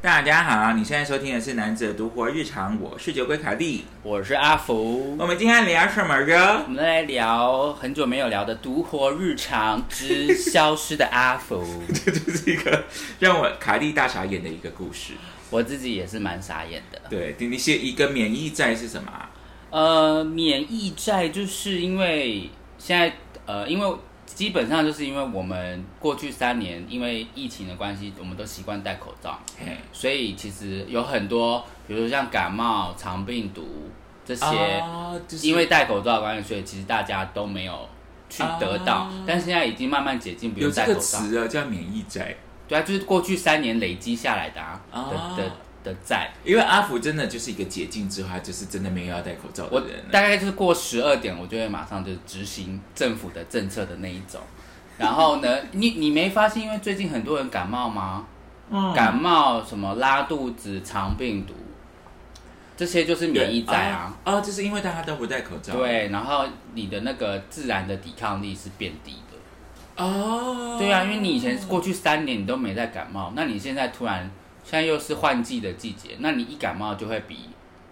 大家好，你现在收听的是《男子的独活日常》，我是酒鬼凯莉。我是阿福，我们今天聊什么呢我？们来聊很久没有聊的独活日常之消失的阿福。 这就是一个让我凯莉大傻眼的一个故事。我自己也是蛮傻眼的。对，你你写一个免疫债是什么啊？呃，免疫债就是因为现在呃，因为基本上就是因为我们过去三年因为疫情的关系，我们都习惯戴口罩，嘿，所以其实有很多，比如说像感冒、肠病毒这些。啊就是因为戴口罩的关系，所以其实大家都没有去得到，啊但现在已经慢慢解禁，不有用这戴个口罩。词啊，叫免疫债。对啊，就是过去三年累积下来的啊、啊的的的债，因为阿福真的就是一个解禁之后，他就是真的没有要戴口罩我的人了。大概就是过十二点，我就会马上就执行政府的政策的那一种。然后呢， 你你没发现，因为最近很多人感冒吗？嗯感冒什么拉肚子、肠病毒，这些就是免疫债啊。哦，哦就是因为大家都不戴口罩。，对，然后你的那个自然的抵抗力是变低的。哦，对啊，因为你以前过去三年你都没在感冒，那你现在突然现在又是换季的季节，那你一感冒就会比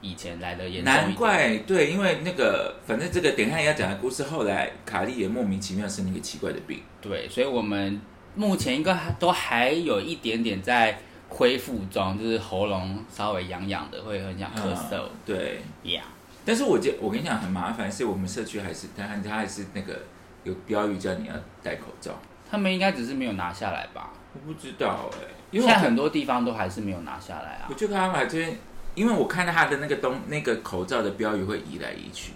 以前来的严重一点。难怪对，因为那个反正这个等一下要讲的故事，后来卡莉也莫名其妙生了一个奇怪的病。对，所以我们目前应该还都还有一点点在恢复中，就是喉咙稍微痒痒的，会很想咳嗽嗯。对，呀、但是我觉我跟你讲很麻烦，是我们社区还是他他还是那个有标语叫你要戴口罩，他们应该只是没有拿下来吧？我不知道哎、因现为我在看很多地方都还是没有拿下来啊我。就看他们这边，因为我看到他的那个东那个口罩的标语会移来移去，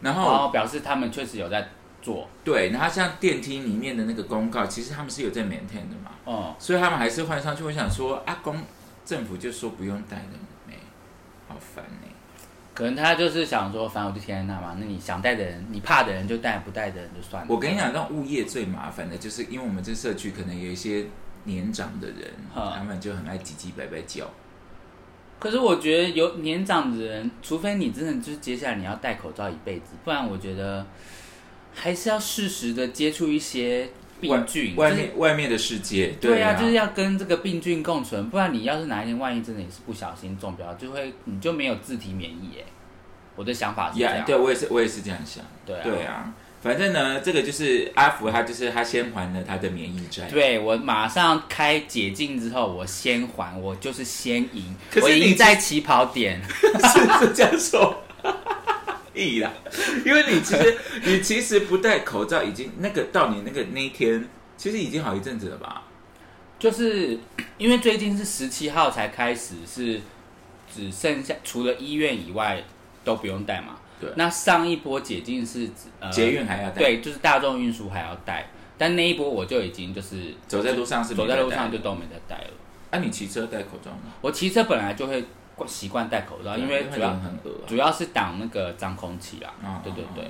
然后、然后表示他们确实有在做，对，然后像电梯里面的那个公告，其实他们是有在 maintain 的嘛，嗯，所以他们还是换上去。我想说，阿公政府就说不用戴的没，好烦哎、可能他就是想说，反正我就天天那嘛，那你想带的人，你怕的人就带，不带的人就算了。我跟你讲，让物业最麻烦的就是，因为我们这社区可能有一些年长的人，哈他们就很爱唧唧白白叫。可是我觉得有年长的人，除非你真的就是接下来你要戴口罩一辈子，不然我觉得还是要适时的接触一些病菌。外就是面外面的世界，对啊，啊，就是要跟这个病菌共存，不然你要是哪一天万一真的也是不小心中标，就会你就没有自体免疫耶。我的想法是这呀样，对我也是，我也是这样想。对啊对啊，反正呢，这个就是阿福，他就是他先还了他的免疫债。对我马上开解禁之后，我先还，我就是先赢，可是我你赢在起跑点。 是是这样说。 意啦，因为你其实 你其实不戴口罩已经那个到你那个那一天，其实已经好一阵子了吧？就是 因为最近是十七号才开始，是只剩下除了医院以外都不用戴嘛。对那上一波解禁是指呃捷运还要戴，，对，就是大众运输还要戴，但那一波我就已经就是走在路上是没走在路戴上就都没再戴了。啊，你骑车戴口罩吗？我骑车本来就会习惯戴口呃罩，因为主人要很恶啊主要是挡那个脏空气啦。嗯对对对。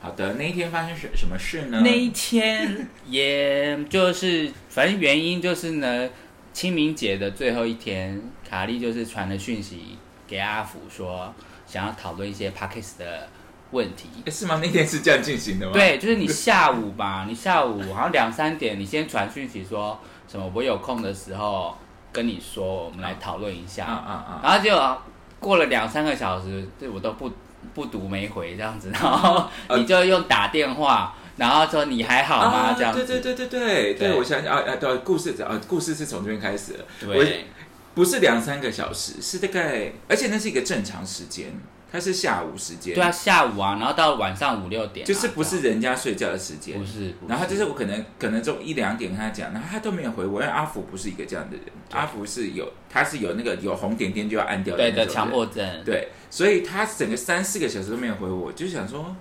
好的，那一天发生什什么事呢？那一天，嗯 也就是反正原因就是呢，清明节的最后一天，卡莉就是传了讯息给阿福说，想要讨论一些 p a c k a g e 的问题。诶是吗？那天是这样进行的吗？，对，就是你下午吧，你下午好像两三点，你先传讯息说什么我有空的时候跟你说，我们来讨论一下。啊啊啊！然后就过了两三个小时，对我都不不读没回这样子，然后呃啊你就用打电话，然后说你还好吗、这样子，对对对对对对，对我想想啊啊，对，故事啊，故事是从这边开始的，对不是两三个小时，是大概，而且那是一个正常时间，它是下午时间，对啊，，下午啊，然后到晚上五六点啊、就是不是这样人家睡觉的时间啊不。是，不然后就是我可能可能中午一两点跟他讲，然后他都没有回我，因为阿福不是一个这样的人，对阿福是有他是有那个有红点点就要按掉的对那种的人强迫症，对，所以他整个三四个小时都没有回我，就想说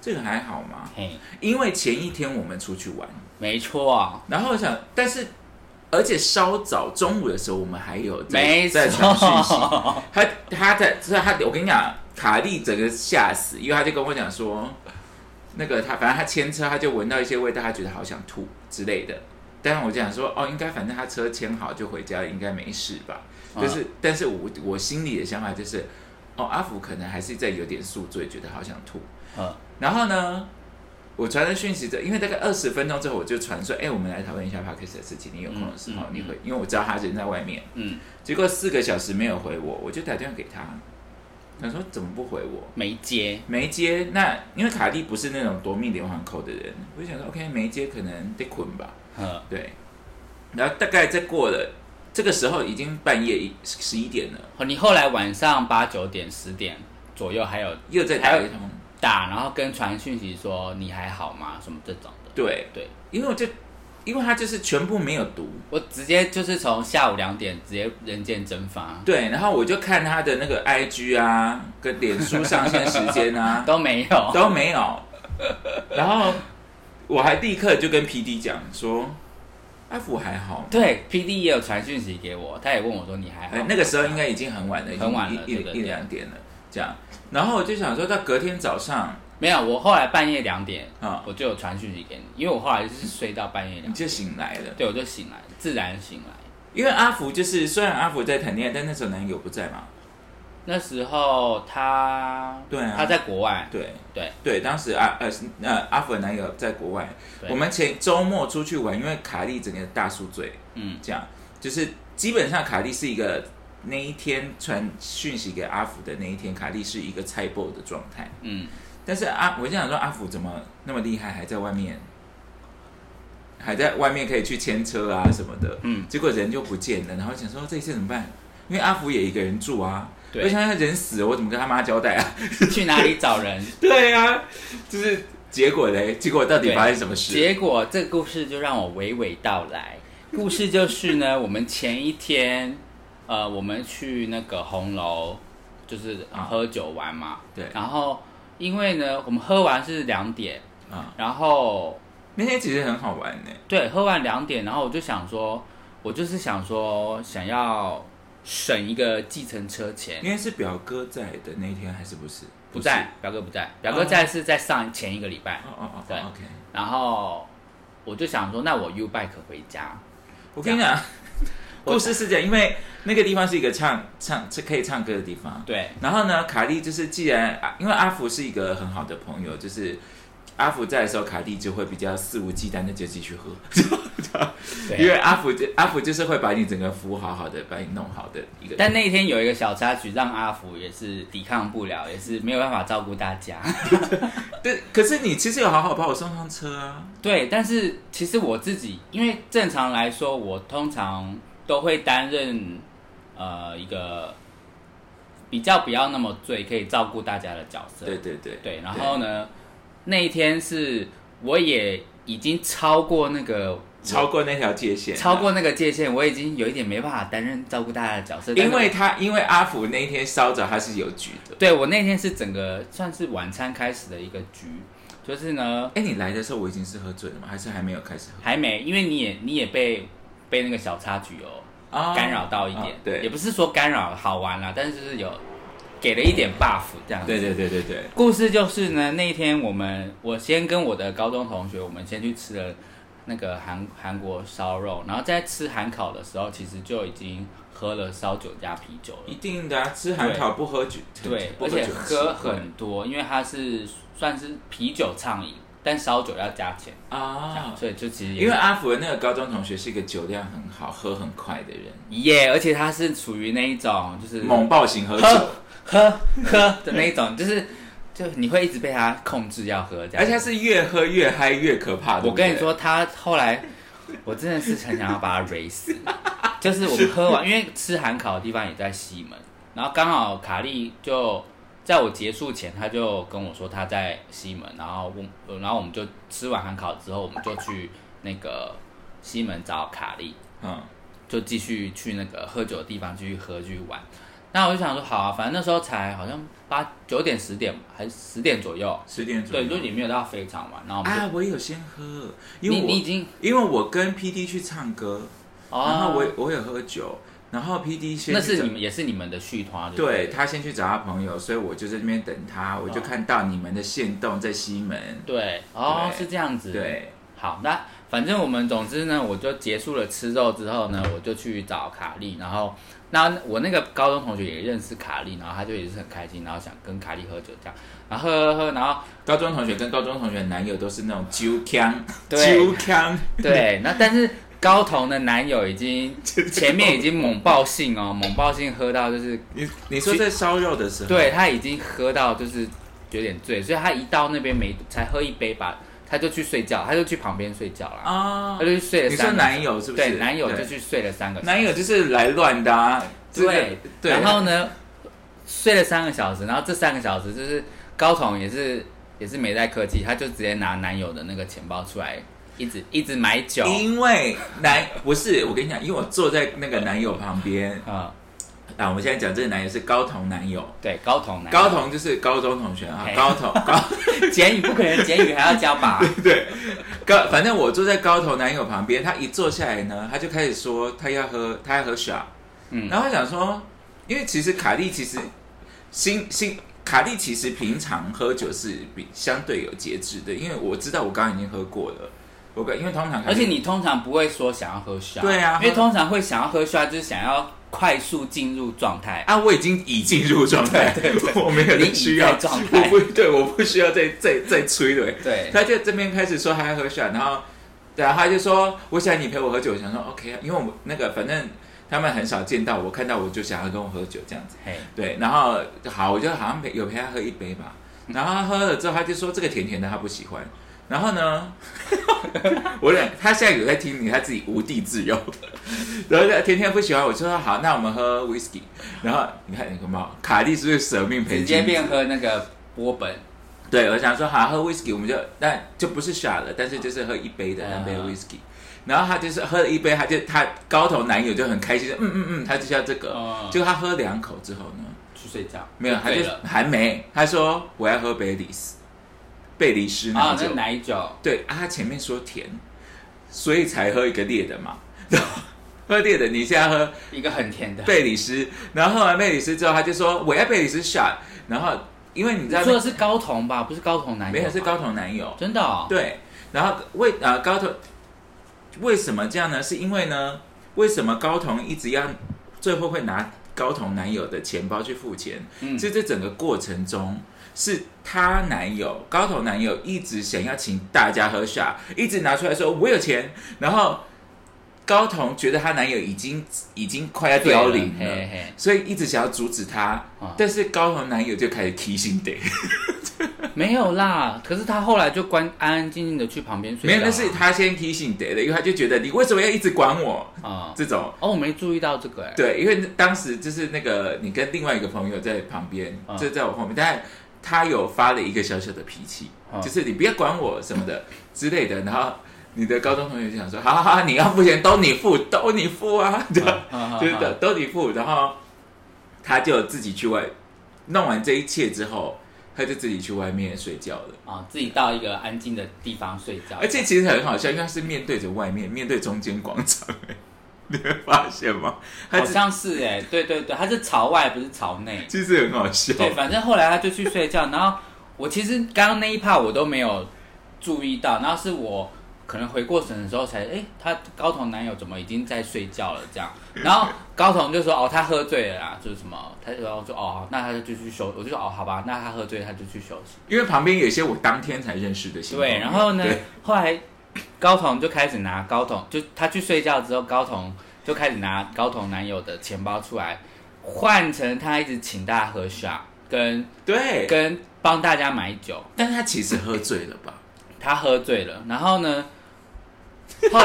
这个还好吗？嘿，因为前一天我们出去玩，没错，然后我想，但是而且稍早中午的时候，我们还有在没在传讯息，错，他他在，所以他我跟你讲，卡莉整个吓死，因为他就跟我讲说，那个他反正他牵车，他就闻到一些味道，他觉得好想吐之类的。但是我就想说，哦，应该反正他车牵好就回家了，应该没事吧？嗯就是，但是我我心里的想法就是，哦，阿福可能还是在有点宿醉，觉得好想吐。嗯，然后呢，我传了讯息之后，因为大概二十分钟之后，我就传说，哎、我们来讨论一下 p a c k a g e 的事情，你有空的时候嗯嗯你会，因为我知道他人在外面，嗯，结果四个小时没有回我，我就打电话给他，他说怎么不回我？没接，没接，那因为卡蒂不是那种夺命连环扣的人，我就想说，OK，没接可能得捆吧，嗯对。然后大概再过了这个时候，已经半夜一十一点了，哦你后来晚上八九点、十点左右还有又再打一通，打，然后跟传讯息说你还好吗？什么这种的。对，对，因为我就因为他就是全部没有读，我直接就是从下午两点直接人间蒸发，对，然后我就看他的那个 IG 啊，跟脸书上线时间啊都没有。都没 有，然后我还立刻就跟 PD 讲说，阿福还好吗？对，P D 也有传讯息给我，他也问我说你还好哎吗？，那个时候应该已经很晚了，已经很晚了一一对对一对两点了，这样。然后我就想说，到隔天早上，没有，我后来半夜两点啊我就有传讯息给你，因为我后来就是睡到半夜你两点，就醒来了。对，我就醒来，自然醒来。因为阿福就是，虽然阿福在谈恋爱，但那时候男友不在嘛。那时候他，对啊他在国外，对对对，当时阿呃是呃阿福的男友在国外，对我们前周末出去玩，因为卡莉整个大宿醉，嗯，这样就是基本上卡莉是一个那一天传讯息给阿福的那一天，卡莉是一个菜爆的状态。嗯，但是阿，我就想说阿福怎么那么厉害，还在外面，还在外面可以去牵车啊什么的，嗯，结果人就不见了，然后想说这一次怎么办？因为阿福也一个人住啊，对我想他人死了，我怎么跟他妈交代啊？ 去哪里找人？对啊，就是结果嘞，结果到底对发生什么事？结果这个故事就让我娓娓道来。故事就是 呢，我们前一天，呃，我们去那个红楼，就是呃啊喝酒玩嘛。对然后因为呢，我们喝完是两点，啊，然后那天其实很好玩呢、对，喝完两点，然后我就想说，我就是想说，想要省一个计程车钱。因为是表哥在的那一天还是不是？不在，表哥不在，表哥在是在上前一个礼拜不。是。哦哦哦，对啊 o k 然后我就想说，那我 U bike 回家。我跟你讲，故事是这样，因为那个地方是一个唱唱是可以唱歌的地方，对，然后呢，卡莉就是既然啊因为阿福是一个很好的朋友，就是阿福在的时候，卡莉就会比较肆无忌惮的就继续喝， 对啊因为阿福就阿福就是会把你整个服务好好的，把你弄好的一个。但那一天有一个小插曲，让阿福也是抵抗不了，也是没有办法照顾大家。 对，可是你其实有好好把我送上车啊，对，但是其实我自己，因为正常来说，我通常都会担任呃一个比较不要那么醉，可以照顾大家的角色。对对对对，然后呢，那一天是我也已经超过那个超过那条界限，超。过那个界限，我已经有一点没办法担任照顾大家的角色，但因是为他，因为阿福那一天烧着他是有局的。对我那天是整个算是晚餐开始的一个局，就是呢哎，你来的时候我已经是喝醉了吗？还是还没有开始喝？还没，因为你也你也被被那个小插曲哦哦干扰到一点，哦对也不是说干扰好玩啦，但是就是有给了一点 buff 这样子。对对对对对，故事就是呢，那一天我们我先跟我的高中同学，我们先去吃了那个韩韩国烧肉，然后在吃韩烤的时候，其实就已经喝了烧酒加啤酒了一。定的啊，吃韩烤不喝酒，对，不而喝且酒喝吃对很多，因为它是算是啤酒畅饮，但烧酒要加钱，这样啊，所以就其实也因为阿福的那个高中同学是一个酒量很好、喝很快的人，耶而且它是属于那一种就是猛暴型喝嗯喝酒，喝喝的那一种，就是就你会一直被它控制要喝这样。而且他是越喝越嗨越可怕的。我跟你对不对，说，他后来我真的是很想要把他 r 死，就是我们喝完，因为吃韩烤的地方也在西门，然后刚好卡莉就在我结束前，他就跟我说他在西门，然后我呃然后我们就吃完韩烤之后，我们就去那个西门找卡莉，嗯，就继续去那个喝酒的地方继续喝继续玩。那我就想说，好啊，反正那时候才好像八九点十点还是十点左右，十点左对，右。就也没有到非常晚。然后我们就、啊，我有先喝，因你为你已我经因为我跟 P D 去唱歌，哦，然后我我有喝酒，然后 P D 先那去是找你们也是你们的续团，不对他先去找他朋友，所以我就在那边等哦他，我就看到你们的线动在西门，对哦，对是这样子。，对，好，那反正我们总之呢，我就结束了吃肉之后呢，我就去找卡莉，然后那我那个高中同学也认识卡莉，然后他就也是很开心，然后想跟卡莉喝酒这样，然后喝喝喝，然后高中同学跟高中同学的男友都是那种揪腔，对揪腔， 对，那但是高彤的男友已经前面已经猛爆性哦，猛爆性喝到就是，你你说在烧肉的时候，对他已经喝到就是有点醉，所以他一到那边没才喝一杯吧，他就去睡觉，他就去旁边睡觉了，啊他，就去睡了你说三个。男友是不是？对，男友就对去睡了三个小时。男友就是来乱的啊，就是对对，然后呢，睡了三个小时，然后这三个小时就是高筒也是也是没在客气，他就直接拿男友的那个钱包出来，一直一直买酒。因为男不是我跟你讲，因为我坐在那个男友旁边嗯，啊，我们现在讲这个男友是高同男友，对，高筒男友，高同就是高中同学啊嘿，高同高简语不可能，简语还要 教吧？高，反正我坐在高头男友旁边，他一坐下来呢，他就开始说他要喝，他要喝 shot，嗯然后我想说，因为其实卡莉其实心心卡莉其实平常喝酒是比相对有节制的，因为我知道我刚刚已经喝过了，我刚因为通常卡莉而且你通常不会说想要喝刷，对啊因为通常会想要喝刷，就是想要快速进入状态。啊，我已经已进入状态，我没有你已需要在状态我不对，我不需要再再再催了。对，他就这边开始说他要喝酒，然后，然后他就说我想你陪我喝酒，我想说哦 OK，因为啊我那个反正他们很少见到我，看到我就想要跟我喝酒这样子。嘿，对，然后好，我就好像陪有陪他喝一杯吧，然后他喝了之后他就说这个甜甜的他不喜欢。然后呢，我忍，他现在有在听你，他自己无地自容。然后他甜甜不喜欢，我就说好，那我们喝 whisky。然后你看你有没有卡莉是不是舍命陪直君接子变喝那个波本，对，我想说好喝 whisky，我们就但就不是傻了，但是就是喝一杯的那杯嗯 whisky。然后他就是喝了一杯，他就他高头男友就很开心，嗯嗯嗯，他就是要这个。嗯就他喝两口之后呢，去睡觉，没有，他就醉了还没，他说我要喝贝里斯，贝里斯奶啊，酒。那奶酒。对啊，他前面说甜，所以才喝一个烈的嘛。 然后喝烈的，你现在喝一个很甜的。贝里斯，然后喝完贝里斯之后，他就说我要贝里斯 shot。然后因为你你知道说的是高彤吧？不是高彤男友吧？没有是高头男友，真的、哦。对，然后为呃高彤为什么这样呢？是因为呢，为什么高彤一直要最后会拿高彤男友的钱包去付钱？嗯是这整个过程中。是她男友高头男友一直想要请大家喝下，一直拿出来说我有钱，然后高彤觉得她男友已经已经快要凋零对了嘿了，嘿所以一直想要阻止她啊，但是高头男友就开始提醒得，没有啦。可是他后来就关安安静静的去旁边睡没觉啊。有，那是他先提醒得的，因为他就觉得你为什么要一直管我啊、这种。哦，我没注意到这个哎、对，因为当时就是那个你跟另外一个朋友在旁边，嗯就在我后面，但他有发了一个小小的脾气，嗯就是你不要管我什么的之类的。然后你的高中同学就想说，好好好，你要付钱都你付，都你付啊，对，嗯就是都都你付。然后他就自己去外弄完这一切之后，他就自己去外面睡觉了。啊，自己到一个安静的地方睡觉。而且其实很好笑，因为他是面对着外面，面对中间广场、欸你会发现吗？他好只像是哎、对对对，他是朝外不是朝内。其实很好笑，对，反正后来他就去睡觉，然后我其实刚刚那一趴我都没有注意到，然后是我可能回过神的时候才，哎，他高彤男友怎么已经在睡觉了这样？然后高彤就说，哦，他喝醉了啦，就是什么，他然后就哦，那他就去休，我就说哦，好吧，那他喝醉他就去休息。因为旁边有一些我当天才认识的新朋友对，然后呢嗯对，后来高彤就开始拿高彤，就他去睡觉之后，高彤就开始拿高彤男友的钱包出来，换成他一直请大家喝 shot，跟对跟帮大家买酒。但他其实喝醉了吧？他喝醉了，然后呢，后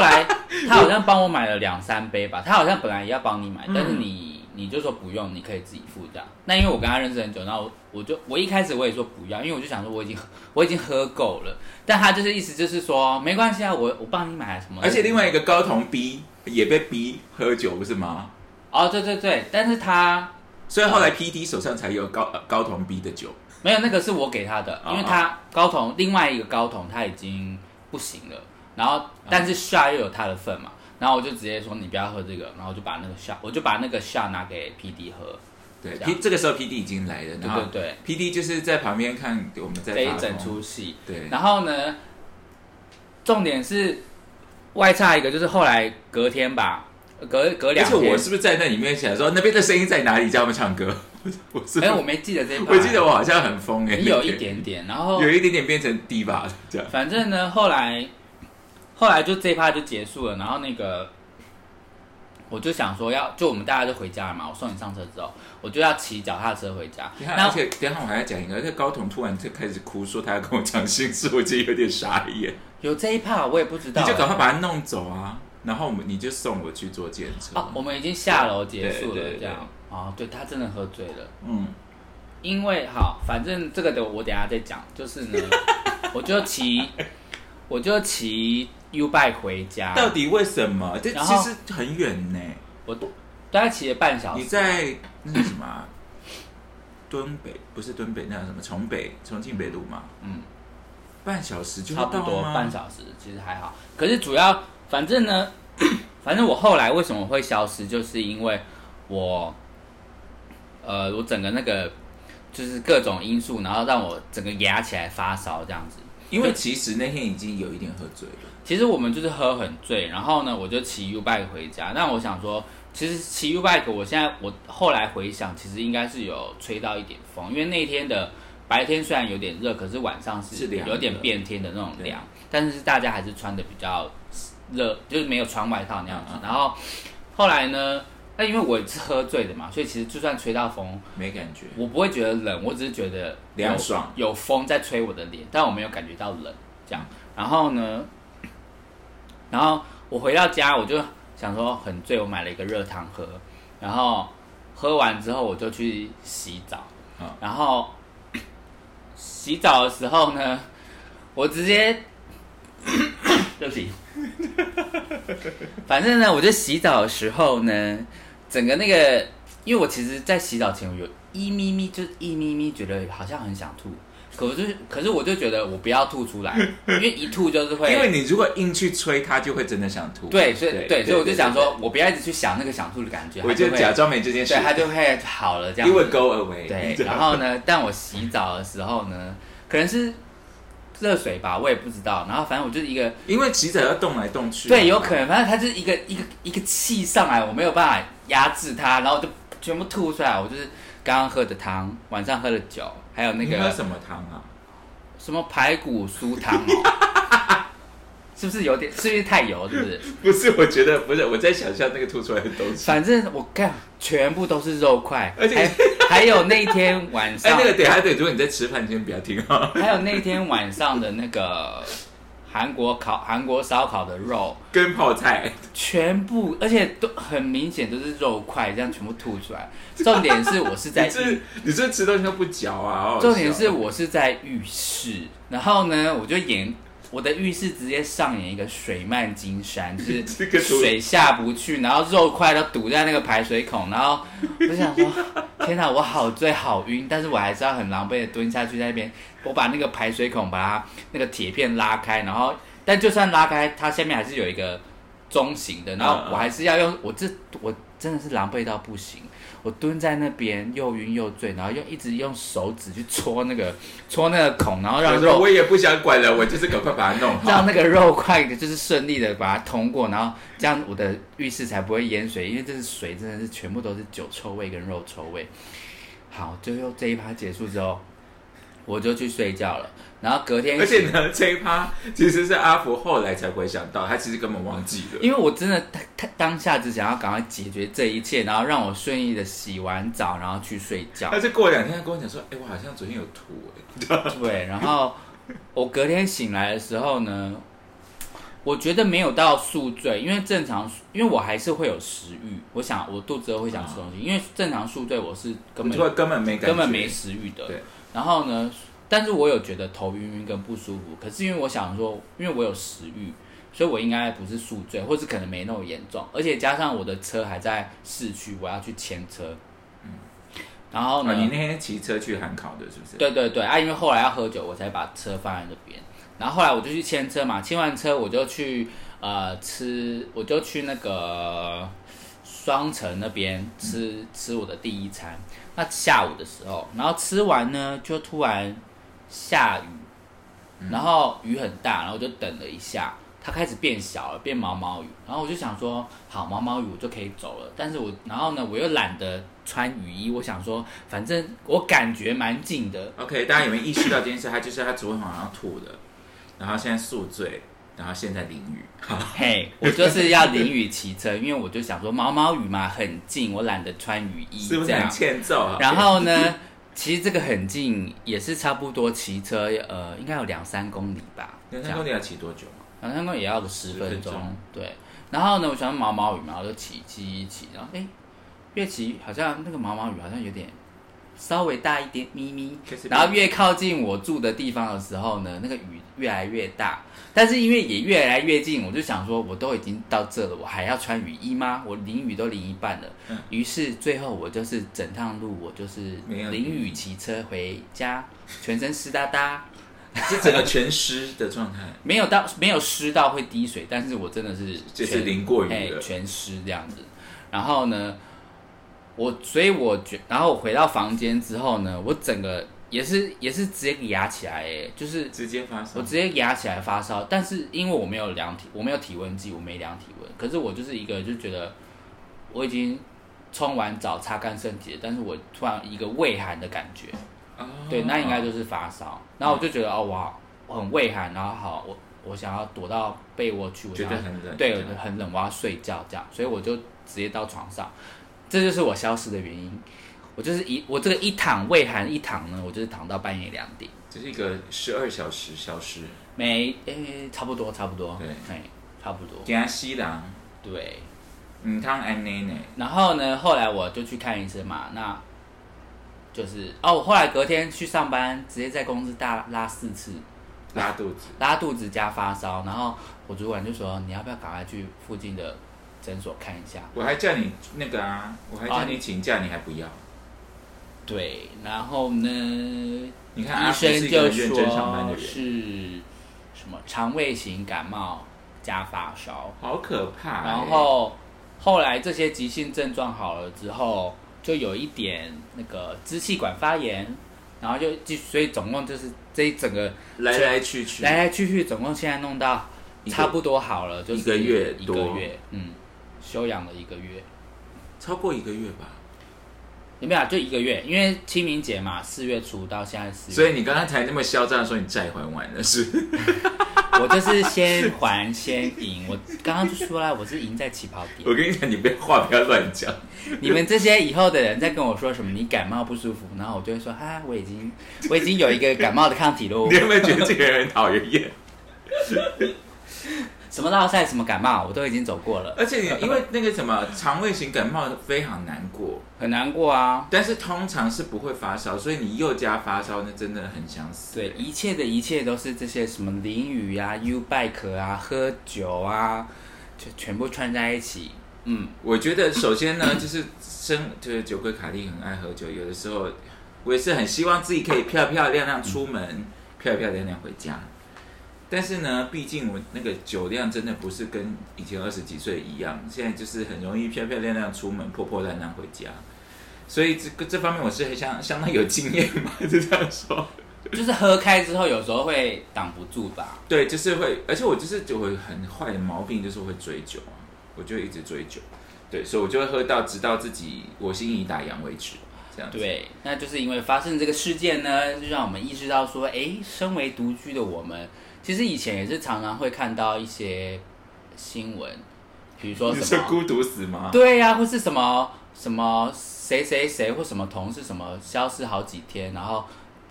来他好像帮我买了两三杯吧，他好像本来也要帮你买，嗯但是你你就说不用，你可以自己付这样。那因为我跟他认识很久，然后我我就我一开始我也说不要，因为我就想说我已经我已经喝够了，但他就是意思就是说没关系啊，我我帮你买啊什么。而且另外一个高同 B 也被逼喝酒，不是吗？哦对对对，但是他所以后嗯来 P D 手上才有高呃高同 B 的酒，没有，那个是我给他的，哦因为他高筒另外一个高筒他已经不行了，然后但是 shot 又有他的份嘛，然后我就直接说你不要喝这个，然后我就把那个 shot 我就把那个 shot 拿给 P D 喝，对这样 P 这个时候 P D 已经来了，对然后啊对对， P D 就是在旁边看我们在这一发整疯出戏，对，然后呢，重点是外差一个就是后来隔天吧，隔隔而两且天，我是不是在那里面想说那边的声音在哪里叫他们唱歌？ 我是不哎、是我没记得这一 把，我记得我好像很疯哎、你有一点点，然 后有一点点变成 diva 的这样。反正呢，后来后来就这一趴就结束了，然后那个我就想说要，就我们大家就回家了嘛。我送你上车之后，我就要骑脚踏车回家。你看，然而后且等一下我还要讲一个，那高彤突然就开始哭，说他要跟我讲心事，我其实有点傻眼。有这一趴我也不知道你欸，就赶快把他弄走啊，然后我们你就送我去坐检车。哦，我们已经下楼结束了对对对，这样哦，对他真的喝醉了。嗯，因为好，反正这个的我等一下再讲。就是 呢，我就骑，我就骑 U bike 回家，到底为什么？这然其后实很远呢、我大概骑了半小时。你在那个什么啊、敦北不是敦北，那叫什么重北重庆北路嘛？嗯，半小时就会差不到多吗半小时，其实还好。可是主要，反正呢， 反正我后来为什么会消失，就是因为我，呃，我整个那个就是各种因素，然后让我整个压起来发烧这样子。因为其实那天已经有一点喝醉了，其实我们就是喝很醉，然后呢，我就骑 U bike 回家。但我想说，其实骑 U bike，我现在我后来回想，其实应该是有吹到一点风，因为那天的白天虽然有点热，可是晚上是是凉的有点变天的那种凉，但是大家还是穿的比较热，就是没有穿外套那样子嗯。嗯然后后来呢，那因为我是喝醉的嘛，所以其实就算吹到风，没感觉，我不会觉得冷，我只是觉得有凉爽有风在吹我的脸，但我没有感觉到冷。这样，然后呢， 然后我回到家，我就想说很醉，我买了一个热汤喝，然后喝完之后我就去洗澡，嗯然后 洗澡的时候呢，我直接， 对不起， 反正呢，我就洗澡的时候呢，整个那个，因为我其实在洗澡前我有一咪咪，就是一咪咪，觉得好像很想吐。可我就是，可是我就觉得我不要吐出来，因为一吐就是会，因为你如果硬去吹，他就会真的想吐。对，所以对所以我就想，说，我不要一直去想那个想吐的感觉，我就它会假装没这件事对，它就会好了这样因为子。 go away。对，这样然后呢，但我洗澡的时候呢，可能是热水吧，我也不知道。然后反正我就是一个，因为骑者要动来动去，对，有可能，反正它就是一个一个一个气上来，我没有办法压制它，然后我就全部吐出来。我就是刚刚喝的汤，晚上喝的酒，还有那你喝个什么汤啊？什么排骨酥汤哦， 是不是有点？是不是太油？是不是？不是，我觉得不是，我在想象那个吐出来的 东西。反正我看全部都是肉块，而且还还有那天晚哎，上，那个等一下对，如果你在吃饭，先不要听 啊，还有那天晚上的那个韩国烤韩国烧烤的肉，跟泡菜。全部而且都很明显都是肉块，这样全部吐出来。重点是我是在你是你是吃东西都不嚼啊？好好笑重点是我是在浴室，然后呢，我就演我的浴室直接上演一个水漫金 山，就这个是图水下不去，然后肉块都堵在那个排水孔，然后我就想说，天哪，我好醉好晕，但是我还是要很狼狈的蹲下去在那边，我把那个排水孔把它那个铁片拉开，然后但就算拉开，它下面还是有一个中型的，然后嗯嗯我还是要用我这我真的是狼狈到不行。我蹲在那边又晕又醉，然后又一直用手指去戳那个戳那个孔，然后我让说肉我也不想管了，我就是赶快把它弄 好。让那个肉块就是顺利的把它通过，然后这样我的浴室才不会淹水，因为这是水真的是全部都是酒臭味跟肉臭味。好，最后这一趴结束之后，我就去睡觉了，然后隔天而且呢，这一趴其实是阿福后来才回想到，他其实根本忘记了。因为我真的他他当下只想要赶快解决这一切，然后让我顺利的洗完澡，然后去睡觉他。是过两天他跟我讲说，哎、我好像昨天有吐、哎，对，然后我隔天醒来的时候呢，我觉得没有到宿醉，因为正常，因为我还是会有食欲，我想我肚子饿会想吃东西，因为正常宿醉我是根嗯你说本根本没感觉，根本没食欲的对。然后呢，但是我有觉得头晕晕跟不舒服，可是因为我想说，因为我有食欲。所以我应该不是宿醉，或是可能没那么严重，而且加上我的车还在市区，我要去牵车。然后呢？嗯哦，你那天骑车去韩考的，是不是？，对对对啊，因为后来要喝酒，我才把车放在那边。然后后来我就去牵车嘛，牵完车我就去呃吃，我就去那个双城那边吃、吃我的第一餐。那下午的时候，然后吃完呢，就突然下雨，然后雨很大，然后我就等了一下，它开始变小了，变毛毛雨。然后我就想说，好，毛毛雨我就可以走了。但是我，然后呢，我又懒得穿雨衣，我想说，反正我感觉蛮近 的， OK，大家有没有意识到这件事？他就是他昨天晚上吐的，然后现在宿醉，然后现在淋雨。嘿，我就是要淋雨骑车，因为我就想说毛毛雨嘛很近，我懒得穿雨衣， 是不是这很样。欠揍啊？然后呢， 其实这个很近，也是差不多骑车，呃，应该有两三公里吧，梁这山样公你要骑多久？啊两三公里也要个十分分钟钟，对。然后呢，我想毛毛雨嘛，我就骑骑骑，然后哎，越骑好像那个毛毛雨好像有点稍微大一点咪咪，开始变然后越靠近我住的地方的时候呢，那个雨越来越大，但是因为也越来越近，我就想说，我都已经到这了，我还要穿雨衣吗？我淋雨都淋一半了。嗯于是最后我就是整趟路我就是没有淋雨骑车回家，全身湿哒哒， 是整个全湿的状态，没有到没有湿到会滴水，但是我真的是就是全淋过哎雨，了。全湿这样子。然后呢，我所以我觉，然后我回到房间之后呢，我整个也是也是直接给压起来，哎，就是直接发烧我，直接压起来发烧，但是因为我没有量体，我没有体温计，我没量体温，可是我就是一个就觉得我已经冲完澡擦干身体了，但是我突然一个畏寒的感觉，哦对，那应该就是发烧。然后我就觉得哦，哇，我很畏寒，然后好，我我想要躲到被窝去，我觉想得要很冷。对，很冷，我要睡觉这样，所以我就直接到床上，这就是我消失的原因。我就是一我这个一躺胃寒一躺呢，我就是躺到半夜两点，这是一个十二小时消失，没诶、差不多差不多，对嘿，差不多给他吸狼，对。嗯，汤安奶奶，然后呢，后来我就去看医生嘛，那就是哦，我后来隔天去上班，直接在公司大拉四次，拉肚子，拉肚子加发烧，然后我主管就说你要不要赶快去附近的诊所看一下，我还叫你那个啊，我还叫哦你请假，你还不要。对，然后呢，你看阿医福是生一个就很认真上班的说人，是什么肠胃型感冒加发烧，好可怕欸。然后后来这些急性症状好了之后，就有一点那个支气管发炎，然后就继所以总共就是这一整个来来去去，来来去去，总共现在弄到一个差不多好了，就是一个月一多个月，嗯，休养了一个月。超过一个月吧。有没有啊、就一个月，因为清明节嘛，四月初到现在四月，所以你刚刚才那么嚣张的说你债还完了 是？我就是先还先赢，我刚刚就说了，我是赢在起跑点。我跟你讲，你不要话不要乱讲。你们这些以后的人在跟我说什么你感冒不舒服，然后我就会说啊，我已经我已经有一个感冒的抗体喽你。有没有觉得这个人很讨人 厌？什么落晒什么感冒，我都已经走过了，而且你因为那个什么肠胃型感冒非常难过，很难过啊。但是通常是不会发烧，所以你又加发烧，那真的很想死。对，一切的一切都是这些什么淋雨啊、U bike 啊、喝酒啊，就全部串在一起。嗯，我觉得首先呢，就是生就是酒鬼卡莉很爱喝酒，有的时候我也是很希望自己可以漂漂亮亮出门，漂漂亮亮回家。但是呢，毕竟我那个酒量真的不是跟以前二十几岁一样，现在就是很容易漂漂亮亮出门，破破烂烂回家。所以这个这方面我是很相相当有经验嘛， 就这样说。就是喝开之后，有时候会挡不住吧。对，就是会，而且我就是就会很坏的毛病，就是会追酒啊，我就会一直追酒，对，所以我就会喝到直到自己我心已打烊为止，这样子。对，那就是因为发生这个事件呢，就让我们意识到说，诶，身为独居的我们，其实以前也是常常会看到一些新闻，比如说你什是么，孤独死吗？对呀、或是什么什么谁谁谁或什么同事什么消失好几天，然后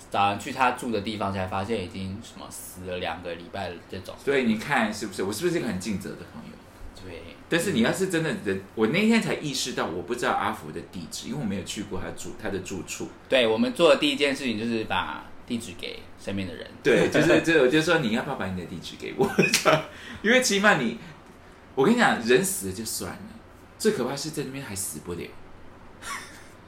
早上去他住的地方才发现已经什么死了两个礼拜了这种。所以你看是不是？我是不是一个很尽责的朋友？对，但是你要是真的人，我那天才意识到，我不知道阿福的地址，因为我没有去过他住他的住处。对我们做的第一件事情就是把地址给身边的人。对，就是这，我就说你要不要把你的地址给我？这样因为起码你，我跟你讲，人死了就算了，最可怕是在那边还死不了，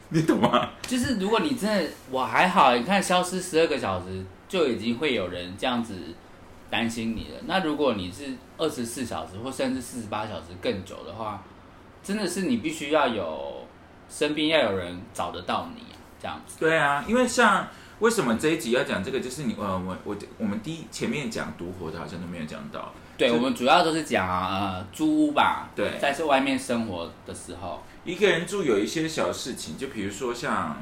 你懂吗？就是如果你真的，我还好，你看消失十二个小时就已经会有人这样子担心你了。那如果你是二十四小时或甚至四十八小时更久的话，真的是你必须要有身边要有人找得到你这样子。对啊，因为像为什么这一集要讲这个，就是你呃，我我我们第一前面讲独活的，好像都没有讲到，对就我们主要都是讲啊，呃，租屋吧，对在这外面生活的时候，一个人住有一些小事情，就比如说像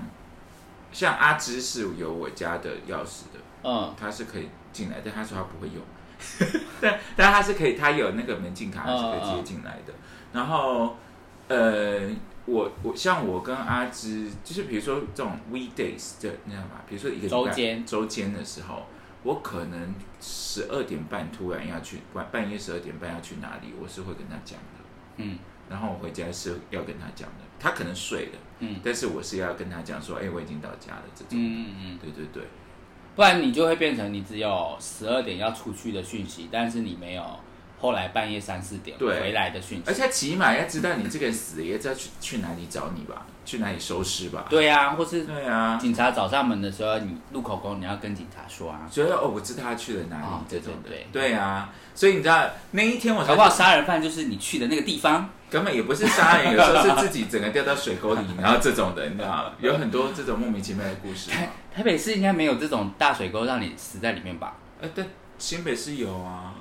像阿芝是有我家的钥匙的，嗯，他是可以进来，但他说他不会用， 但但他是可以，他有那个门禁嗯卡，他是可以直接进来的。然后呃，我我像我跟阿芝，就是比如说这种 weekdays 这你知道吗？比如说一个礼拜周间周间的时候。我可能十二点半突然要去，晚半夜十二点半要去哪里，我是会跟他讲的。嗯，然后我回家是要跟他讲的，他可能睡了，嗯但是我是要跟他讲说，哎、我已经到家了这种，嗯嗯嗯，对对对，不然你就会变成你只有十二点要出去的讯息，但是你没有后来半夜三四点对回来的讯而息。且他起码要知道你这个人死了，也知道去去哪里找你吧，去哪里收尸吧，对啊，或是对啊，警察找上门的时候，你录口供，你要跟警察说啊，所以哦，我知道他去了哪里、哦这种的，对对啊，所以你知道那一天我才搞不好杀人犯就是你去的那个地方。 根本也不是杀人，有时候是自己整个掉到水沟里，然后这种的，你知道吗有很多这种莫名其妙的故事嘛，台台北市应该没有这种大水沟让你死在里面吧呃，但新北是有啊，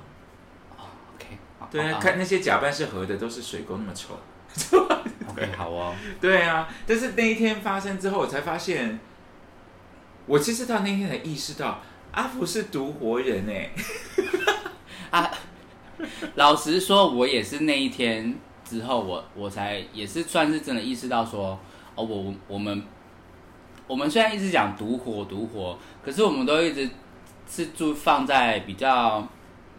？OK，好对好啊，好看那些假扮是河的都是水沟那么丑。 OK 好哦，对啊，但是那一天发生之后，我才发现，我其实到那天才意识到，阿福是独活人哎、老实说，我也是那一天之后我，我才也是算是真的意识到说，哦，我我们我们虽然一直讲独活独活，可是我们都一直是住放在比较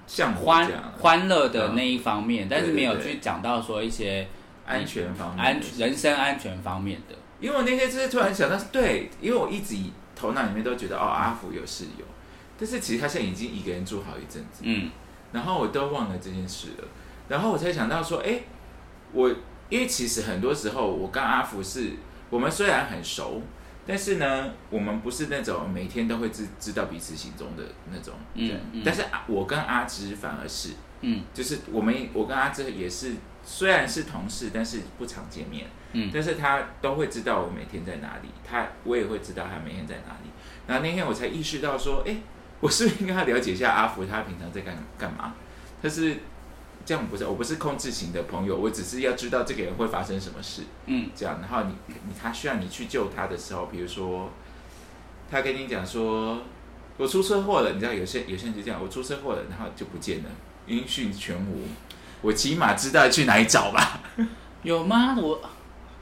像我欢这样欢乐的那一方面，但是没有嗯对对去讲到说一些安全方面安人身安全方面的。因为我那天就是突然想到，对，因为我一直以头脑里面都觉得哦，阿福有室友，但是其实他现在已经一个人住好一阵子，嗯然后我都忘了这件事了，然后我才想到说，哎，我因为其实很多时候我跟阿福是，我们虽然很熟，但是呢，我们不是那种每天都会知知道彼此行踪的那种嗯人，嗯但是啊我跟阿芝反而是，嗯就是我们我跟阿芝也是，虽然是同事，但是不常见面，嗯但是他都会知道我每天在哪里，他我也会知道他每天在哪里。然后那天我才意识到说，哎，我是不是应该要了解一下阿福他平常在干干嘛？但是这样不是，我不是控制型的朋友，我只是要知道这个人会发生什么事，嗯这样。然后你你他需要你去救他的时候，比如说他跟你讲说，我出车祸了，你知道有些有些人就这样，我出车祸了，然后就不见了，音讯全无。我起码知道去哪里找吧。有吗？我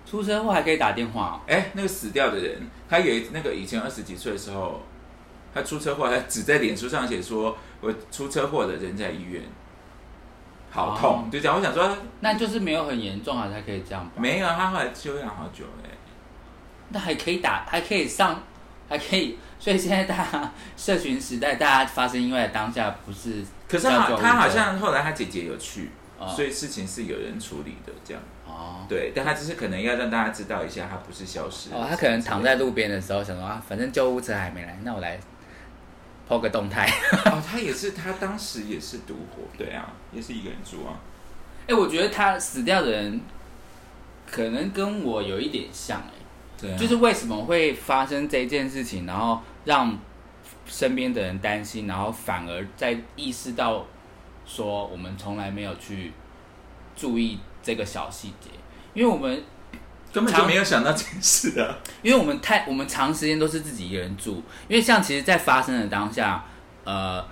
出车祸还可以打电话、哦。 哎，那个死掉的人，他有一那个以前二十几岁的时候，他出车祸，他只在脸书上写说我出车祸的人在医院，好痛，就这样。我想说，那就是没有很严重啊，才可以这样吧？没有，他后来休养好久哎、那还可以打，还可以上，还可以。 所以现在大家社群时代，大家发生意外的当下，不是可是他叫好救护他好车像后来他姐姐有去，哦所以事情是有人处理的这样。哦对，但他只是可能要让大家知道一下，他不是消失。哦，他可能躺在路边的时候想说啊，反正救护车还没来，那我来抛个 动态。哦，他也是，他当时也是独活，对啊，也是一个人住啊。哎、我觉得他死掉的人可能跟我有一点像、欸，对啊，就是为什么会发生这件事情，然后让身边的人担心，然后反而在意识到说我们从来没有去注意这个小细节，因为我们根本就没有想到这件事啊。因为我们太我们长时间都是自己一个人住，因为像其实，在发生的当下，呃，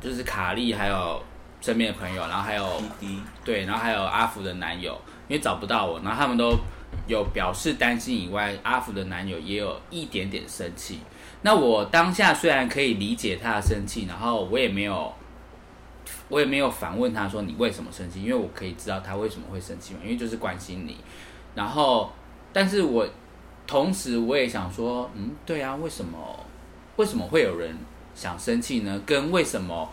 就是卡莉还有身边的朋友，然后还有滴滴，对，然后还有阿福的男友，因为找不到我，然后他们都有表示担心以外，阿福的男友也有一点点生气。那我当下虽然可以理解他的生气，然后我也没有，我也没有反问他说你为什么生气，因为我可以知道他为什么会生气嘛，因为就是关心你。然后，但是我同时我也想说，嗯，对啊，为什么为什么会有人想生气呢？跟为什么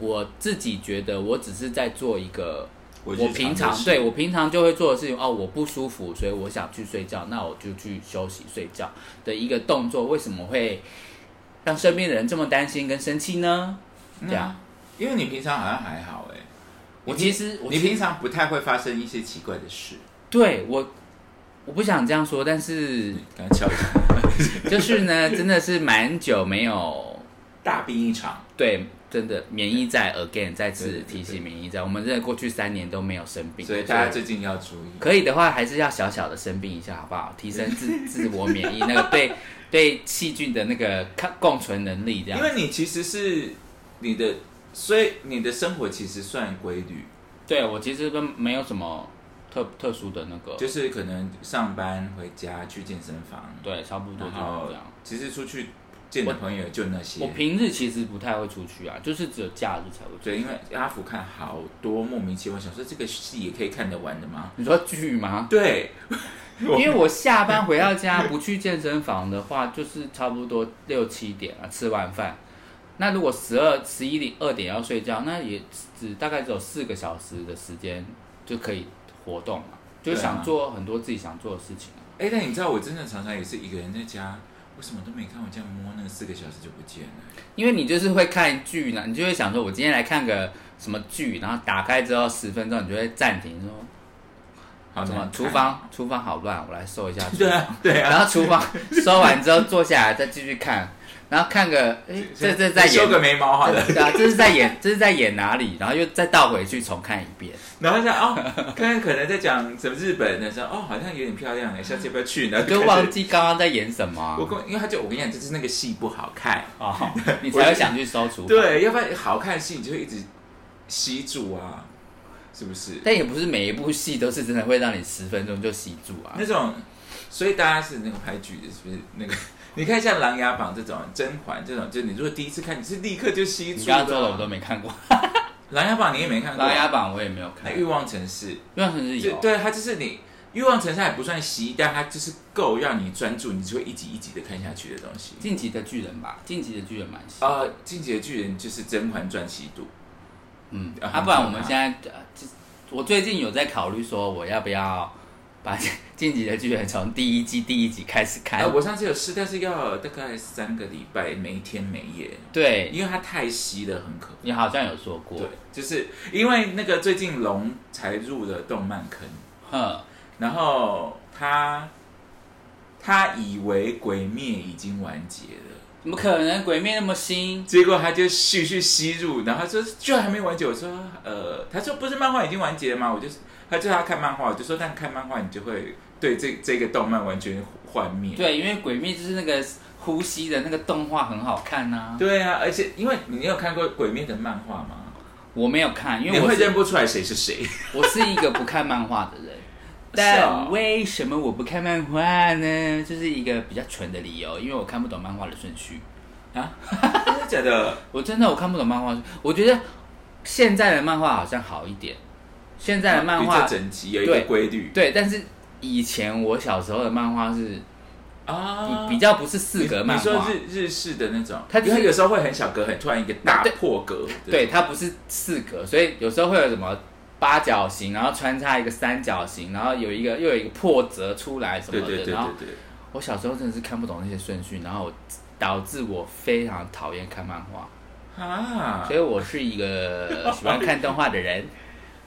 我自己觉得我只是在做一个我我平常对我平常就会做的事情哦，我不舒服，所以我想去睡觉，那我就去休息睡觉的一个动作，为什么会让身边的人这么担心跟生气呢？嗯对啊，因为你平常好像还好哎、我其实我你其平常不太会发生一些奇怪的事。对我我不想这样说，但是刚刚敲一下，就是呢，真的是蛮久没有大病一场。对真的免疫在 again 再次提醒免疫在，我们真的过去三年都没有生病，所以大家最近要注意。可以的话，还是要小小的生病一下，好不好？提升自自我免疫，那个 对对细菌的那个抗共存能力，这样因。为你其实是你的，所以你的生活其实算规律，对我其实都没有什么特特殊的那个，就是可能上班回家去健身房，对，差不多然就是后这样。其实出去见的朋友就那些我。平日其实不太会出去啊，就是只有假日才会出去。对，因为阿福看好多莫名其妙，想说这个戏也可以看得完的吗？你说剧吗？对， 因为我下班回到家不去健身房的话，就是差不多六七点啊，吃完饭。那如果十二、十一点、二点要睡觉，那也只大概只有四个小时的时间就可以活动嘛，就对啊想做很多自己想做的事情啊。哎，但你知道我真的常常也是一个人在家，我什么都没看，我这样摸那个四个小时就不见了。因为你就是会看剧呢，你就会想说，我今天来看个什么剧，然后打开之后十分钟，你就会暂停说，好，什那么厨？房厨房好乱，我来收一下 厨对房。啊，对啊。然后厨房收完之后坐下来再继续看，然后看个，哎，这这 在修演，个眉毛好了，对啊，这是在演，这是在演哪里？然后又再倒回去重看一遍。然后想哦， 刚刚可能在讲什么日本的时候，哦，好像有点漂亮哎，下次要不要去呢？我嗯就开始忘记刚刚在演什么啊我跟因为他就我跟你讲，就是那个戏不好看，哦， 你才会想去搜厨房。对，要啊不然好看的戏你就会一直吸住啊，是不是？但也不是每一部戏都是真的会让你十分钟就吸住啊那。种，所以大家是那个拍剧的，是不是那个？ 你看像《琅琊榜》这种，《甄嬛》这种，就你如果第一次看，你是立刻就吸你住刚刚说的我都的。没看过，琅琊榜》你也没看《过，琅琊榜》我也没有那看， 《 《欲望城市欲望城市》》就有，对它就是你。欲望城市还不算吸，但它就是够让你专注，你就会一集一集的看下去的东西。晋级的巨人》吧，《晋级的巨人》蛮吸引。呃，《进击的巨人》就是《甄嬛传》吸毒，嗯，啊啊，不然我们现在，呃这我最近有在考虑说，我要不要把《晋级的巨人》从第一季第一集开始看？呃，我上次有试，但是要大概三个礼拜，没天没夜，对，因为它太稀了，很可你好像有说过怕。，对，就是因为那个最近龙才入了动漫坑，哼，然后他他以为《鬼灭》已经完结了，怎么可能？鬼灭那么新，结果他就继续吸入，然后他说居然还没完结。我说呃，他说不是漫画已经完结了吗？我就呃他叫他看漫画，我就说但看漫画你就会对这这个动漫完全幻灭。对，因为鬼灭就是那个呼吸的那个动画很好看呐、对啊，而且因为你有看过《鬼灭》的漫画吗？我没有看，因你为我会认是不出来谁是谁。我是一个不看漫画的人。 是但哦为什么我不看漫画呢？就是一个比较蠢的理由，因为我看不懂漫画的顺序。真的假的？我真的我看不懂漫画，我觉得现在的漫画好像好一点，现在的漫啊比画这整集有一个规律对，但是以前我小时候的漫画是啊比比较不是四格漫你说画，日日式的那种，它它就它是有时候会很小格，很突然一个大对破格。对，它不是四格，所以有时候会有什么八角形，然后穿插一个三角形，然后有一个又有一个破折出来什对么的，对对对然后对。我小时候真的是看不懂那些顺序，然后我导致我非常讨厌看漫画，啊所！以我是一个喜欢看动画的人。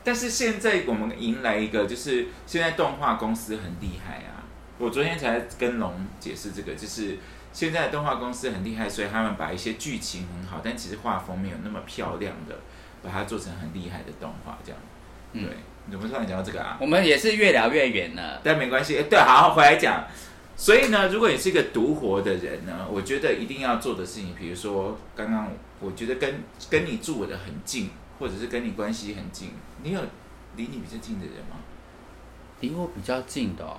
但是现在我们迎来一个，就是现在动画公司很厉害啊！我昨天才跟龙解释这个，就是现在的动画公司很厉害，所以他们把一些剧情很好，但其实画风没有那么漂亮的，把它做成很厉害的动画这样。嗯对，怎么突然讲到这个啊？我们也是越聊越远了。但没关系，诶对，好，回来讲。所以呢，如果你是一个独活的人呢，我觉得一定要做的事情，比如说刚刚我觉得跟跟你住的很近，或者是跟你关系很近，你有离你比较近的人吗？离我比较近的、哦，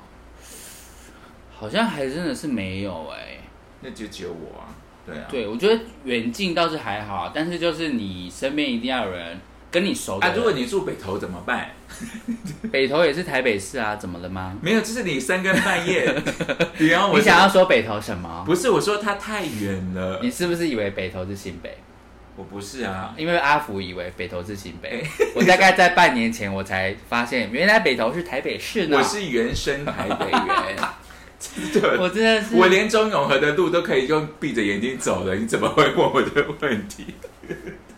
好像还真的是没有哎、那就只有我啊，对啊，对，我觉得远近倒是还好，啊但是就是你身边一定要有人跟你熟的啊，人。如果你住北投怎么办？北投也是台北市啊，怎么了吗？没有，就是你三更半 夜，比方我你想要说北投什么？不是我说他太远了，你是不是以为北投是新北？我不是啊，因为阿福以为北投是新北，哎我大概在半年前我才发现，原来北投是台北市 呢。我是原生台北 人，对，我真的是我连中永和的路都可以用闭着眼睛走了，你怎么会问我的问题？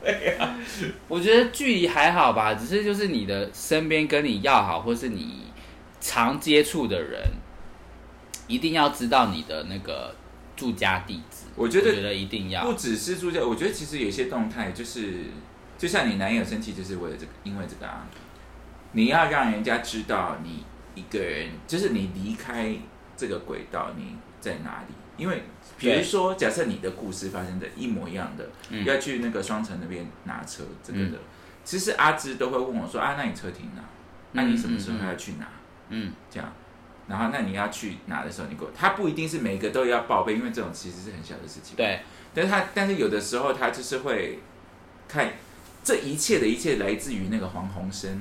我觉得距离还好吧，只是就是你的身边跟你要好，或是你常接触的人，一定要知道你的那个住家地址，我我觉觉得得一啊定要不。只是住家，我觉得其实有些动态就是，就像你男友生气，就是为了这个，因为这个啊，你要让人家知道你一个人，就是你离开这个轨道，你在哪里？因为比如对说，假设你的故事发生的一模一样的，嗯要去那个双城那边拿车，这个嗯的，其实阿芝都会问我说啊，那你车停哪？那、你什么时候要去拿？嗯，这样。然后，那你要去拿的时候，你给我，他不一定是每个都要报备，因为这种其实是很小的事情。对，但是他，但是有的时候他就是会看这一切的一切来自于那个黄鸿升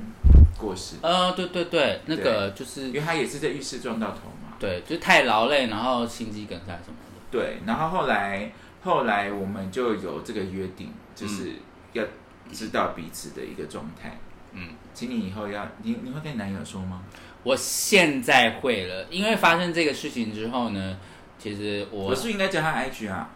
过世，呃，对对对，那个就是因为他也是在浴室撞到头嘛。对，就是太劳累，然后心肌梗塞什么的。对，然后后来后来我们就有这个约定，就是要知道彼此的一个状态。嗯，请你以后要你你会跟男友说吗？我现在会了，因为发生这个事情之后呢，其实我啊我是不是应该加他 IG 啊，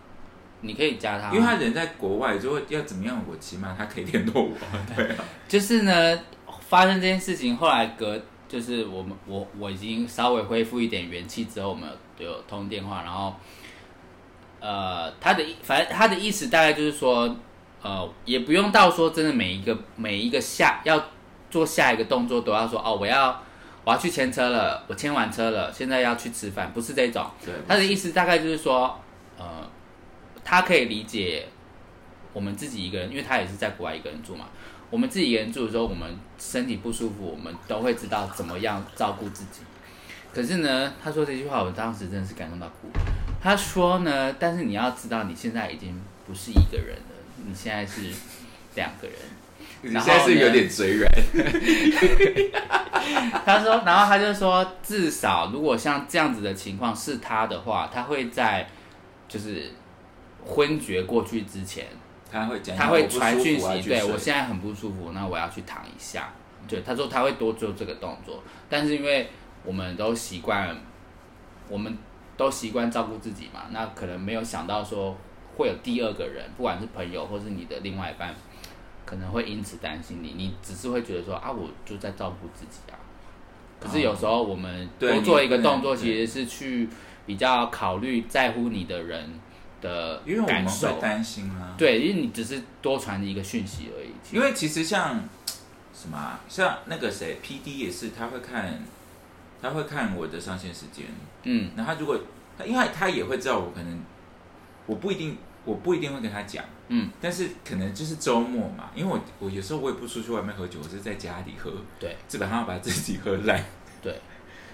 你可以加他，因为他人在国外，如果要怎么样，我起码他可以联络我。对啊，就是呢，发生这件事情，后来隔就是我们我我已经稍微恢复一点元气之后，我们有有通电话，然后呃，他的意反正他的意思大概就是说，呃，也不用到说真的每一个每一个下要做下一个动作都要说哦，我要我要去牵车了，我牵完车了，现在要去吃饭，不是这种。对，他的意思大概就是说，呃，他可以理解我们自己一个人，因为他也是在国外一个人住嘛。我们自己一个人住的时候，我们身体不舒服，我们都会知道怎么样照顾自己。可是呢，他说这句话，我当时真的是感动到哭。他说呢，但是你要知道，你现在已经不是一个人了，你现在是两个人。你然现在后是呢有点嘴软， 他说，然后他就说，至少如果像这样子的情况是他的话，他会在就是昏厥过去之前，他会讲，他会传讯息，我不舒服啊去对睡我现在很不舒服，那我要去躺一下。对，他说他会多做这个动作，但是因为我们都习惯，我们都习惯照顾自己嘛，那可能没有想到说会有第二个人，不管是朋友或是你的另外一半，可能会因此担心你，你只是会觉得说啊，我就在照顾自己啊。可是有时候我们哦对多你做一个对动作，对其实是去比较考虑在乎你的人的因为我们感受会。担心啊，对，因为你只是多传一个讯息而已。因为其实像什么、啊，像那个谁，P D 也是，他会看，他会看我的上线时间，嗯，然后他如果他，因为他也会知道我可能，我不一定，我不一定会跟他讲，嗯，但是可能就是周末嘛，因为我我有时候我也不出去外面喝酒，我是在家里喝，对基本上要把自己喝烂， 对，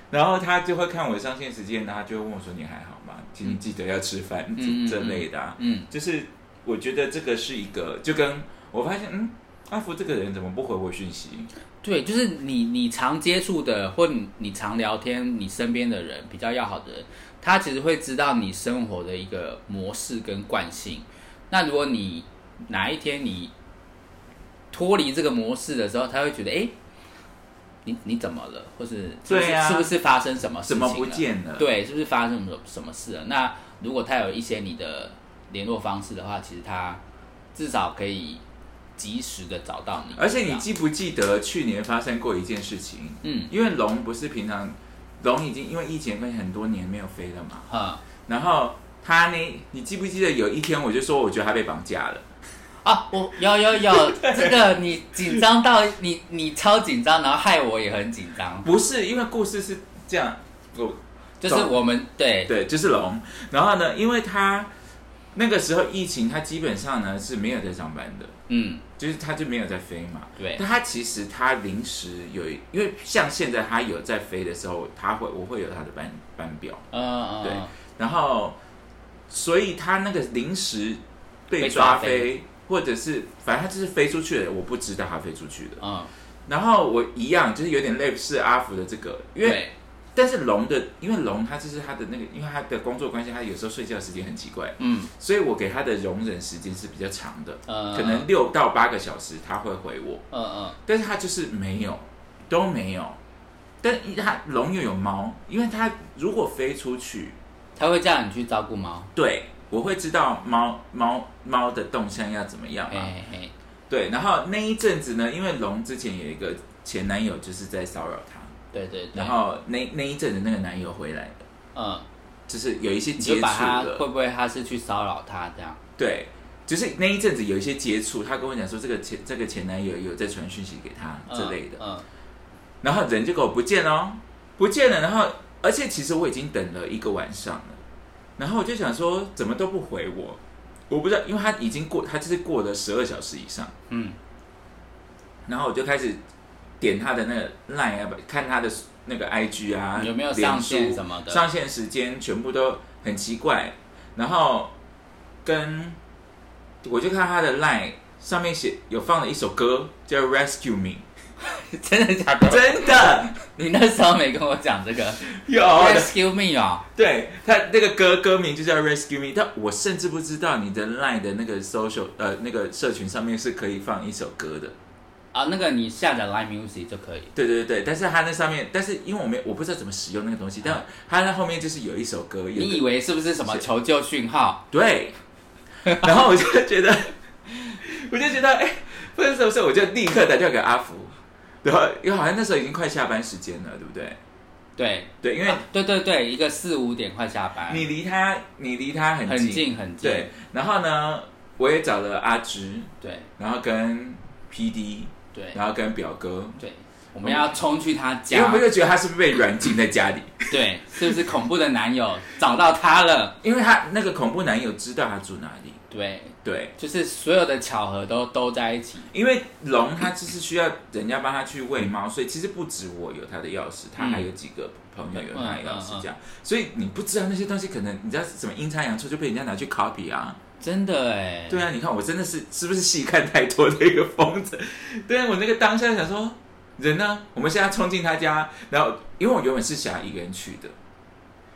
然后他就会看我上线时间，然后他就会问我说你还好吗？请你记得要吃饭、嗯这这嗯嗯类的、啊，嗯，就是我觉得这个是一个，就跟我发现，嗯，阿福这个人怎么不回我讯息？对，就是你你常接触的或你你常聊天，你身边的人比较要好的人，他其实会知道你生活的一个模式跟惯性。那如果你哪一天你脱离这个模式的时候，他会觉得哎。诶你你怎么了，或是是不是对啊是不是发生什么事怎情么了？不见了？，对，是不是发生什么什么事了？那如果他有一些你的联络方式的话，其实他至少可以及时的找到你。而且这你样记不记得去年发生过一件事情？嗯因为龙不是平常，龙已经因为疫情关系很多年没有飞了嘛。哼然后他呢，你记不记得有一天我就说我觉得他被绑架了？啊，我有有有这个，你紧张到你你超紧张，然后害我也很紧张。不是，因为故事是这样，我就是懂我们对对，就是龙。然后呢，因为他那个时候疫情，他基本上呢是没有在上班的。嗯就是他就没有在飞嘛。对但他其实他临时有一，因为像现在他有在飞的时候，他会我会有他的班班表，嗯对嗯然后所以他那个临时被被抓抓飞，或者是反正他就是飞出去了，我不知道他飞出去了。嗯，然后我一样就是有点类似阿福的这个，因为对但是龙的，因为龙他就是他的那个，因为他的工作关系，他有时候睡觉时间很奇怪，嗯所以我给他的容忍时间是比较长的，呃可能六到八个小时他会回我。嗯嗯但是他就是没有，都没有。但他龙又有猫，因为它如果飞出去，他会叫你去照顾猫。对我会知道猫猫猫的动向要怎么样嘿嘛。嘿嘿，对，然后那一阵子呢，因为龙之前有一个前男友就是在骚扰她，对对对，然后那那一阵子那个男友回来了，嗯就是有一些你接就触把他会了，不会他是去骚扰他这样？对，就是那一阵子有一些接触，他跟我讲说这个前这个前男友有在传讯息给他嗯之类的，嗯，然后人就给我不见哦，不见了，然后而且其实我已经等了一个晚上了，然后我就想说怎么都不回我，我不知道，因为他已经过，他就是过了十二小时以上，嗯，然后我就开始点他的那个 line 啊，看他的那个 IG 啊，有没有上线脸书什么的上线时间全部都很奇怪，然后跟我就看他的 line 上面写有放了一首歌叫 Rescue Me， 真的假 的？真 的你那时候没跟我讲这个有的，Rescue me 哦，对他那个歌歌名就叫 Rescue Me，但我甚至不知道你的 Line 的那个 social 呃那个社群上面是可以放一首歌的。啊，那个你下载 Line Music 就可以。对对对，但是他那上面，但是因为我没我不知道怎么使用那个东西，但他那后面就是有一首歌，有一个啊你以为是不是什么是求救讯号？对，然后我就觉得，我就觉得哎，不知道什么时候我就立刻打电话给阿福，然后因为好像那时候已经快下班时间了，对不对？对，对，因为啊对对对，一个四五点快下班，你离他你离他很很近，近很近，对，然后呢，我也找了阿芝。对然后跟 P D，对然后跟表哥，对，我们要冲去他因为我家们，就觉得他是不是被软禁在家里，对，是不是恐怖的男友找到他了？因为他那个恐怖男友知道他住哪里，对，对，就是所有的巧合都都在一起，因为龙他就是需要人家帮他去喂猫，所以嗯其实不止我有他的钥匙，他还有几个朋友有他的钥匙，这样，嗯所以你不知道那些东西可能你知道什么阴差阳错就被人家拿去 copy 啊，真的哎，对啊，你看我真的是是不是细看太多的一个疯子？对啊，我那个当下想说人呢，我们现在冲进他家，然后因为我原本是想一个人去的。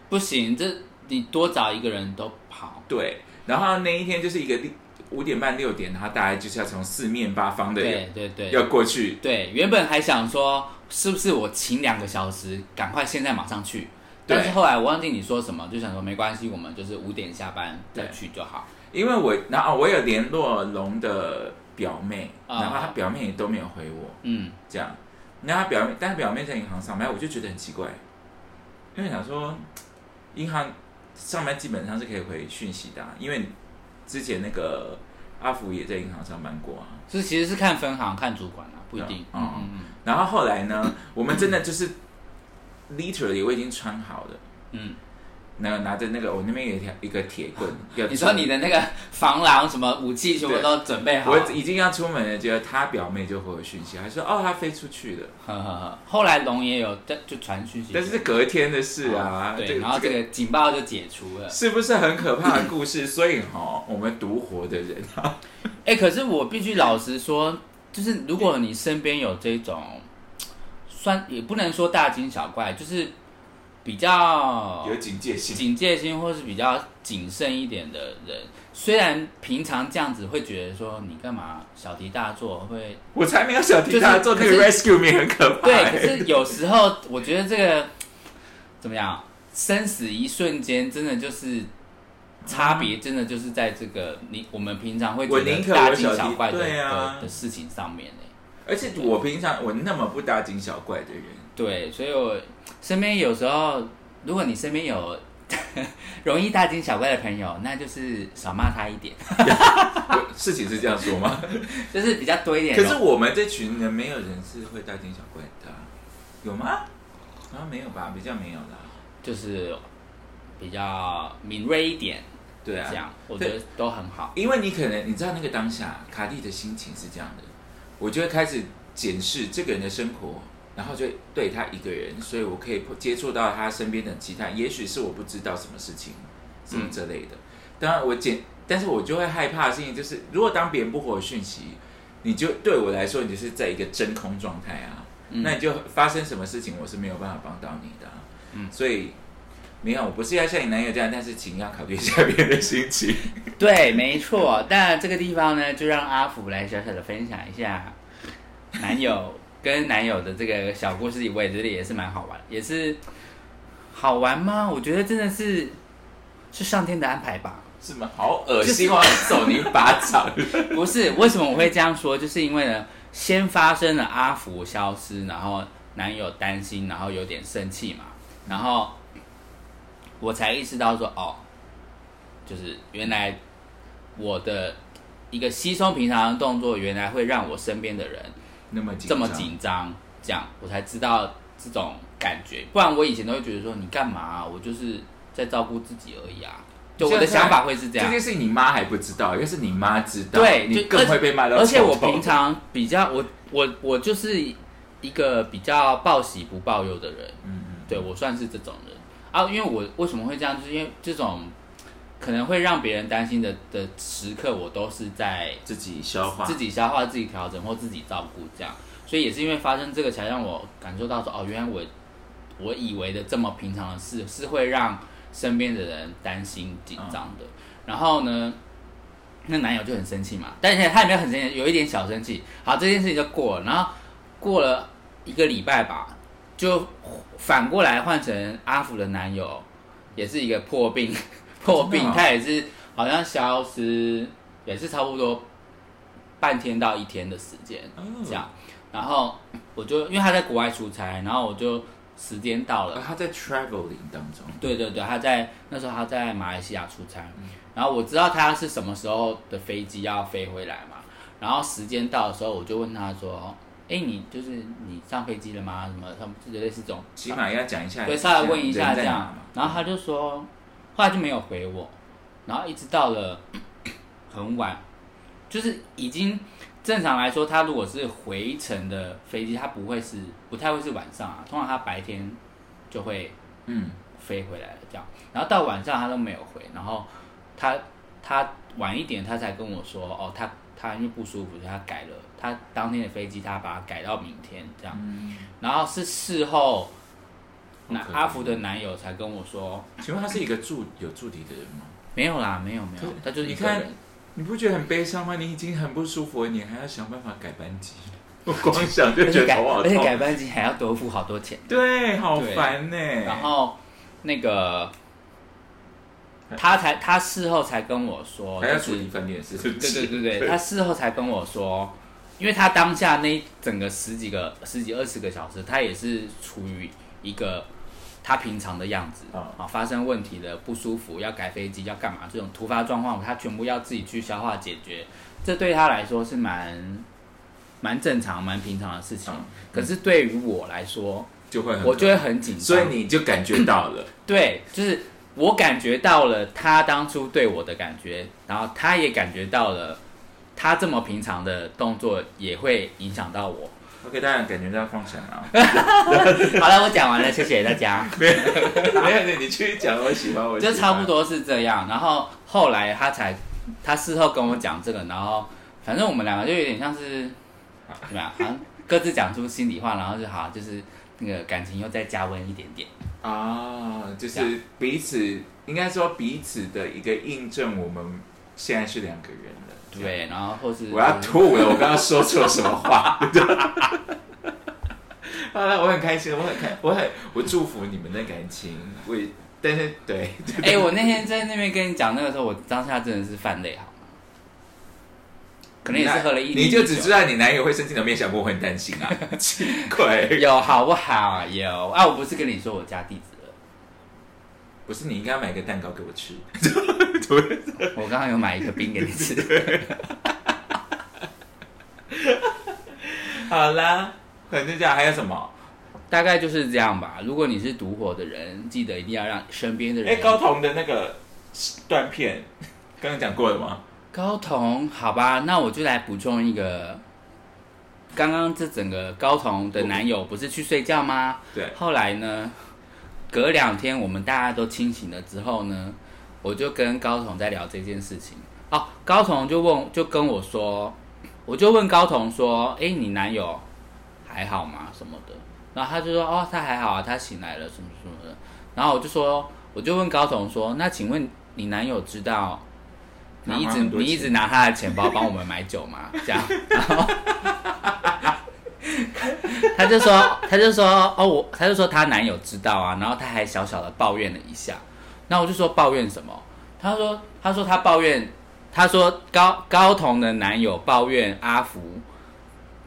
不行，这你多找一个人都好，对，然后那一天就是一个六五点半六点，然后大概就是要从四面八方的对对对要过去，对，原本还想说是不是我请两个小时，赶快现在马上去。对但是后来我忘记你说什么，就想说没关系，我们就是五点下班再对去就好。因为我然后我有联络龙的表妹，啊然后她表妹也都没有回我，嗯，这样，那她表妹但她表妹在银行上班，我就觉得很奇怪，因为想说银行上班基本上是可以回讯息的啊、因为之前那个阿福也在银行上班过啊，是其实是看分行、看主管啊，不一定。嗯嗯嗯嗯嗯然后后来呢，我们真的就是 literally 我已经穿好了。嗯。那拿着那个我那边有一条一个铁棍，要你说你的那个防狼什么武器全部对都准备好我了，已经要出门了，结果他表妹就回我讯息，她说哦她飞出去了，呵呵呵。后来龙也有但就传讯息，但是是隔天的事啊，哦对，然后这个警报就解除了。是不是很可怕的故事？ 所以哈、我们独活的人啊，哎、可是我必须老实说，就是如果你身边有这种，算也不能说大惊小怪，就是比较有警戒性，警戒心或是比较谨慎一点的人，虽然平常这样子会觉得说你干嘛小题大做，会 不会我才没有小就提是他做那个可 rescue me 很可怕、对，可是有时候我觉得这个怎么样，生死一瞬间，真的就是差别，真的就是在这个你我们平常会嗯觉我宁得可大我惊小小题怪的对啊的的事情上面欸而且我平常我那么不大惊小怪的人，对，所以我身边有时候，如果你身边有 容易大惊小怪的朋友，那就是少骂他一点，我事情是这样说吗？就是比较多一点可容。是我们这群人没有人是会大惊小怪的啊、有吗？好像没有吧，比较没有啦。就是比较敏锐一点，对啊，这样我觉得都很好。因为你可能你知道那个当下，卡蒂的心情是这样的，我就会开始检视这个人的生活，然后就对他一个人，所以我可以接触到他身边的其他，也许是我不知道什么事情，什么之类的。当然我检，但是我就会害怕的事情就是，如果当别人不回我讯息，你就对我来说，你就是在一个真空状态啊，那你就发生什么事情，我是没有办法帮到你的、啊。嗯所以。没有，我不是要像你男友这样，但是请要考虑一下别人的心情。对，没错。但这个地方呢，就让阿福来小小的分享一下男友跟男友的这个小故事，我也觉得也是蛮好玩，也是好玩吗？我觉得真的是是上天的安排吧。是吗？好恶心，我要揍你一巴掌！不是，为什么我会这样说？就是因为呢，先发生了阿福消失，然后男友担心，然后有点生气嘛，然后我才意识到说，哦，就是原来我的一个稀松平常的动作，原来会让我身边的人那么紧 这张么紧张，这样我才知道这种感觉。不然我以前都会觉得说，你干嘛啊、我就是在照顾自己而已啊。就我的想法会是这这样，件事情你妈还不知道，要是你妈知道，对你就更会被骂到而且我臭头平常比较，我我我就是一个比较报喜不报忧的人，嗯嗯对我算是这种人啊。因为我为什么会这样，就是因为这种可能会让别人担心的的时刻，我都是在自己消化自己消化、自己调整或自己照顾这样。所以也是因为发生这个，才让我感受到说，哦，原来我我以为的这么平常的事，是会让身边的人担心紧张的。嗯然后呢，那男友就很生气嘛，但是他也没有很生气，有一点小生气。好，这件事情就过了。然后过了一个礼拜吧，就反过来换成阿福的男友，也是一个破病， 破病，真的哦他也是好像消失，也是差不多半天到一天的时间哦这样。然后我就因为他在国外出差，然后我就时间到了呃，他在 traveling 当中，对对对，他在那时候他在马来西亚出差，然后我知道他是什么时候的飞机要飞回来嘛，然后时间到的时候我就问他说，哎，你就是你上飞机了吗？什么他们就类似这种，起码要讲一下，对，稍微问一下人哎这在哪样嘛，然后他就说，后来就没有回我，然后一直到了很晚，就是已经正常来说，他如果是回程的飞机，他不会是不太会是晚上啊，通常他白天就会嗯，飞回来了这样。然后到晚上他都没有回，然后他他晚一点他才跟我说，哦，他他因为不舒服，所以他改了，他当天的飞机他把它改到明天这样。嗯然后是事后，那好可怜阿福的男友才跟我说，请问他是一个助有助理的人吗？没有啦，没有没有可，他就是一你个看人。你不觉得很悲伤吗？你已经很不舒服了，你还要想办法改班级，我光想就而觉且得改头好而且改痛。班机还要多付好多钱，对，好烦欸呢、然后那个他才他事后才跟我说，还要就是处理饭店的事情。对对对对，他事后才跟我说，因为他当下那整个十几个、十几二十个小时，他也是处于一个他平常的样子啊啊、发生问题了，不舒服，要改飞机，要干嘛这种突发状况，他全部要自己去消化解决，这对他来说是蛮蛮正常、蛮平常的事情。嗯可是对于我来说，就会很我就会很紧张，嗯所以你就感觉到 了，对，就是我感觉到了他当初对我的感觉，然后他也感觉到了他这么平常的动作也会影响到我。我给大家感觉到放闪 啊。好了，我讲完了，谢谢 大家。没有，你你去讲，我喜欢，我喜就欢差不。多是这样。然后后来他才，他事后跟我讲这个，然后反正我们两个就有点像是啊怎么样，好像各自讲出心里话，然后就好，就是那个感情又再加温一点点。啊，就是彼此，应该说彼此的一个印证，我们现在是两个人了。对，然后或是我要吐了，我刚刚说错什么 话？好了，我很开心，我很开，我很我祝福你们的感情。我也但是对， 哎、我那天在那边跟你讲那个时候，我当下真的是犯泪，好吗？可能也是喝了一，你就只知道道你男友会生气的，没有想过我很担 心啊，奇怪。有好不好？有啊，我不是跟你说我家地址了，不是你应该买个蛋糕给我吃？我刚刚有买一个冰给你吃。 好啦，反正这样还有什么？大概就是这样吧。如果你是独活的人，记得一定要让身边的哎、人。高彤的那个 断片，刚刚讲过了吗？高彤，好吧，那我就来补充一个。刚刚这整个高彤的男友不是去睡觉吗？对后来呢，隔两天我们大家都清醒了之后呢，我就跟高彤在聊这件事情。哦，高彤就问，就跟我说，我就问高彤说：“哎，你男友哎还好吗？什么的？”然后他就说：“哦，他还好啊，他醒来了，什么什么的。”然后我就说，我就问高彤说：“那请问你男友知道你一拿直他很多你一直拿他的钱包帮我们买酒吗？”这样，然后 他就说，他就说：“哦，我他就说他男友知道啊。”然后他还小小的抱怨了一下。那我就说抱怨什么？他说他说他抱怨，他说高高彤的男友抱怨阿福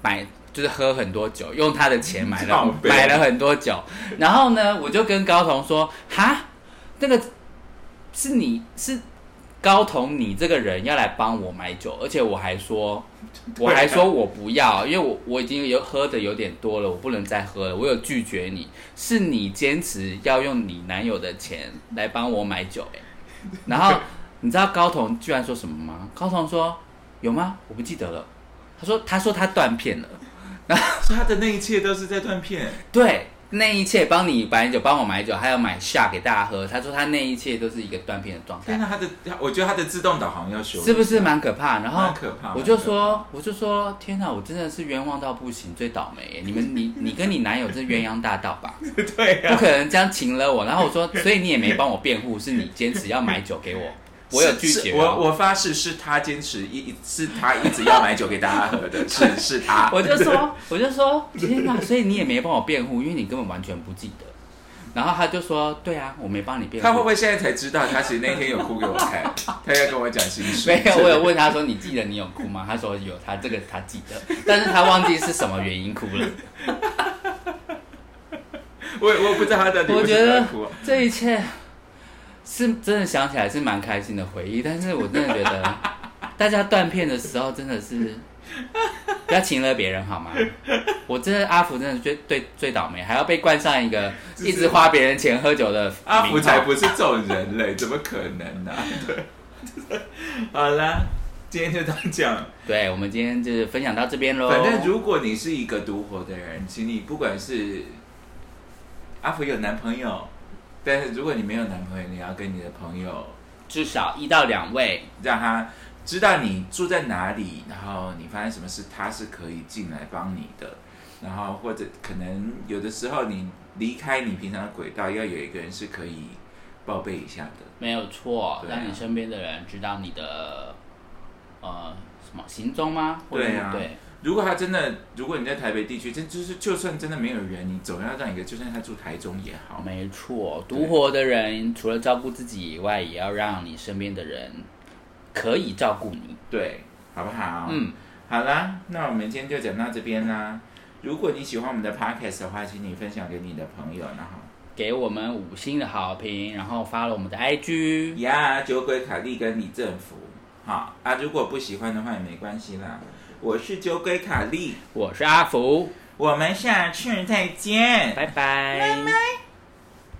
买就是喝很多酒，用他的钱买靠了背买了很多酒。然后呢，我就跟高彤说哈。那个是你是高彤，你这个人要来帮我买酒，而且我还说，我还说我不要，因为我我已经有喝的有点多了，我不能再喝了，我有拒绝你，是你坚持要用你男友的钱来帮我买酒、欸，然后你知道高彤居然说什么吗？高彤说有吗？我不记得了。他说他说他断片了，所以他的那一切都是在断片。对，那一切帮你买酒，帮我买酒，还有买下给大家喝。他说他那一切都是一个断片的状天态，哪，他的，我觉得他的自动导航要修，是不是蛮可怕？然后蛮可怕我就说，我就说，天哪，我真的是冤枉到不行，最倒霉 耶！你们，你你跟你男友这鸳鸯大盗吧，对不啊，可能这样情了我。然后我说，所以你也没帮我辩护，是你坚持要买酒给我， 我有拒是绝是哦。我我发誓是他坚持一是他一直要买酒给大家喝 的，是是他，我就说，我就说，天哪！所以你也没帮我辩护，因为你根本完全不记得。然后他就说，对啊，我没帮你辩护。他会不会现在才知道他其实那天有哭给我 看，他要跟我讲心事？没有，我有问他说：“你记得你有哭吗？”他说：“有，他这个他记得，但是他忘记是什么原因哭了。我也我也不知道他到”底我为觉什么要得哭啊。 这一切是真的想起来是蛮开心的回忆，但是我真的觉 得大家断片的时候真的是不要情了别人好吗？我真的阿福真的最最最倒霉，还要被冠上一个就是一直花别人钱喝酒的阿名福号才不是这种人嘞， 怎么可能啊呢、对， 好啦，今天就到这样。对，我们今天就是分享到这边喽。反正如果你是一个独活的人，请你不管是阿福有男朋友，但是如果你没有男朋友，你要跟你的朋友至少一到两位，让他知道你住在哪里，然后你发生什么事，他是可以进来帮你的。然后或者可能有的时候你离开你平常的轨道，要有一个人是可以报备一下的。没有错，对啊让你身边的人知道你的呃什么行踪吗？对啊或者对，如果他真的，如果你在台北地区，真就是就算真的没有人，你总要让一个，就算他住台中也好，没错。独活的人除了照顾自己以外，也要让你身边的人可以照顾你。对，好不好？嗯，好啦，那我们今天就讲到这边啦。如果你喜欢我们的 podcast 的话，请你分享给你的朋友，然后给我们五星的好评，然后发了我们的 IG。呀，酒鬼凯莉跟李政府，好啊。如果不喜欢的话也没关系啦。我是酒鬼凯莉，我是阿福，我们下次再见，拜拜。拜拜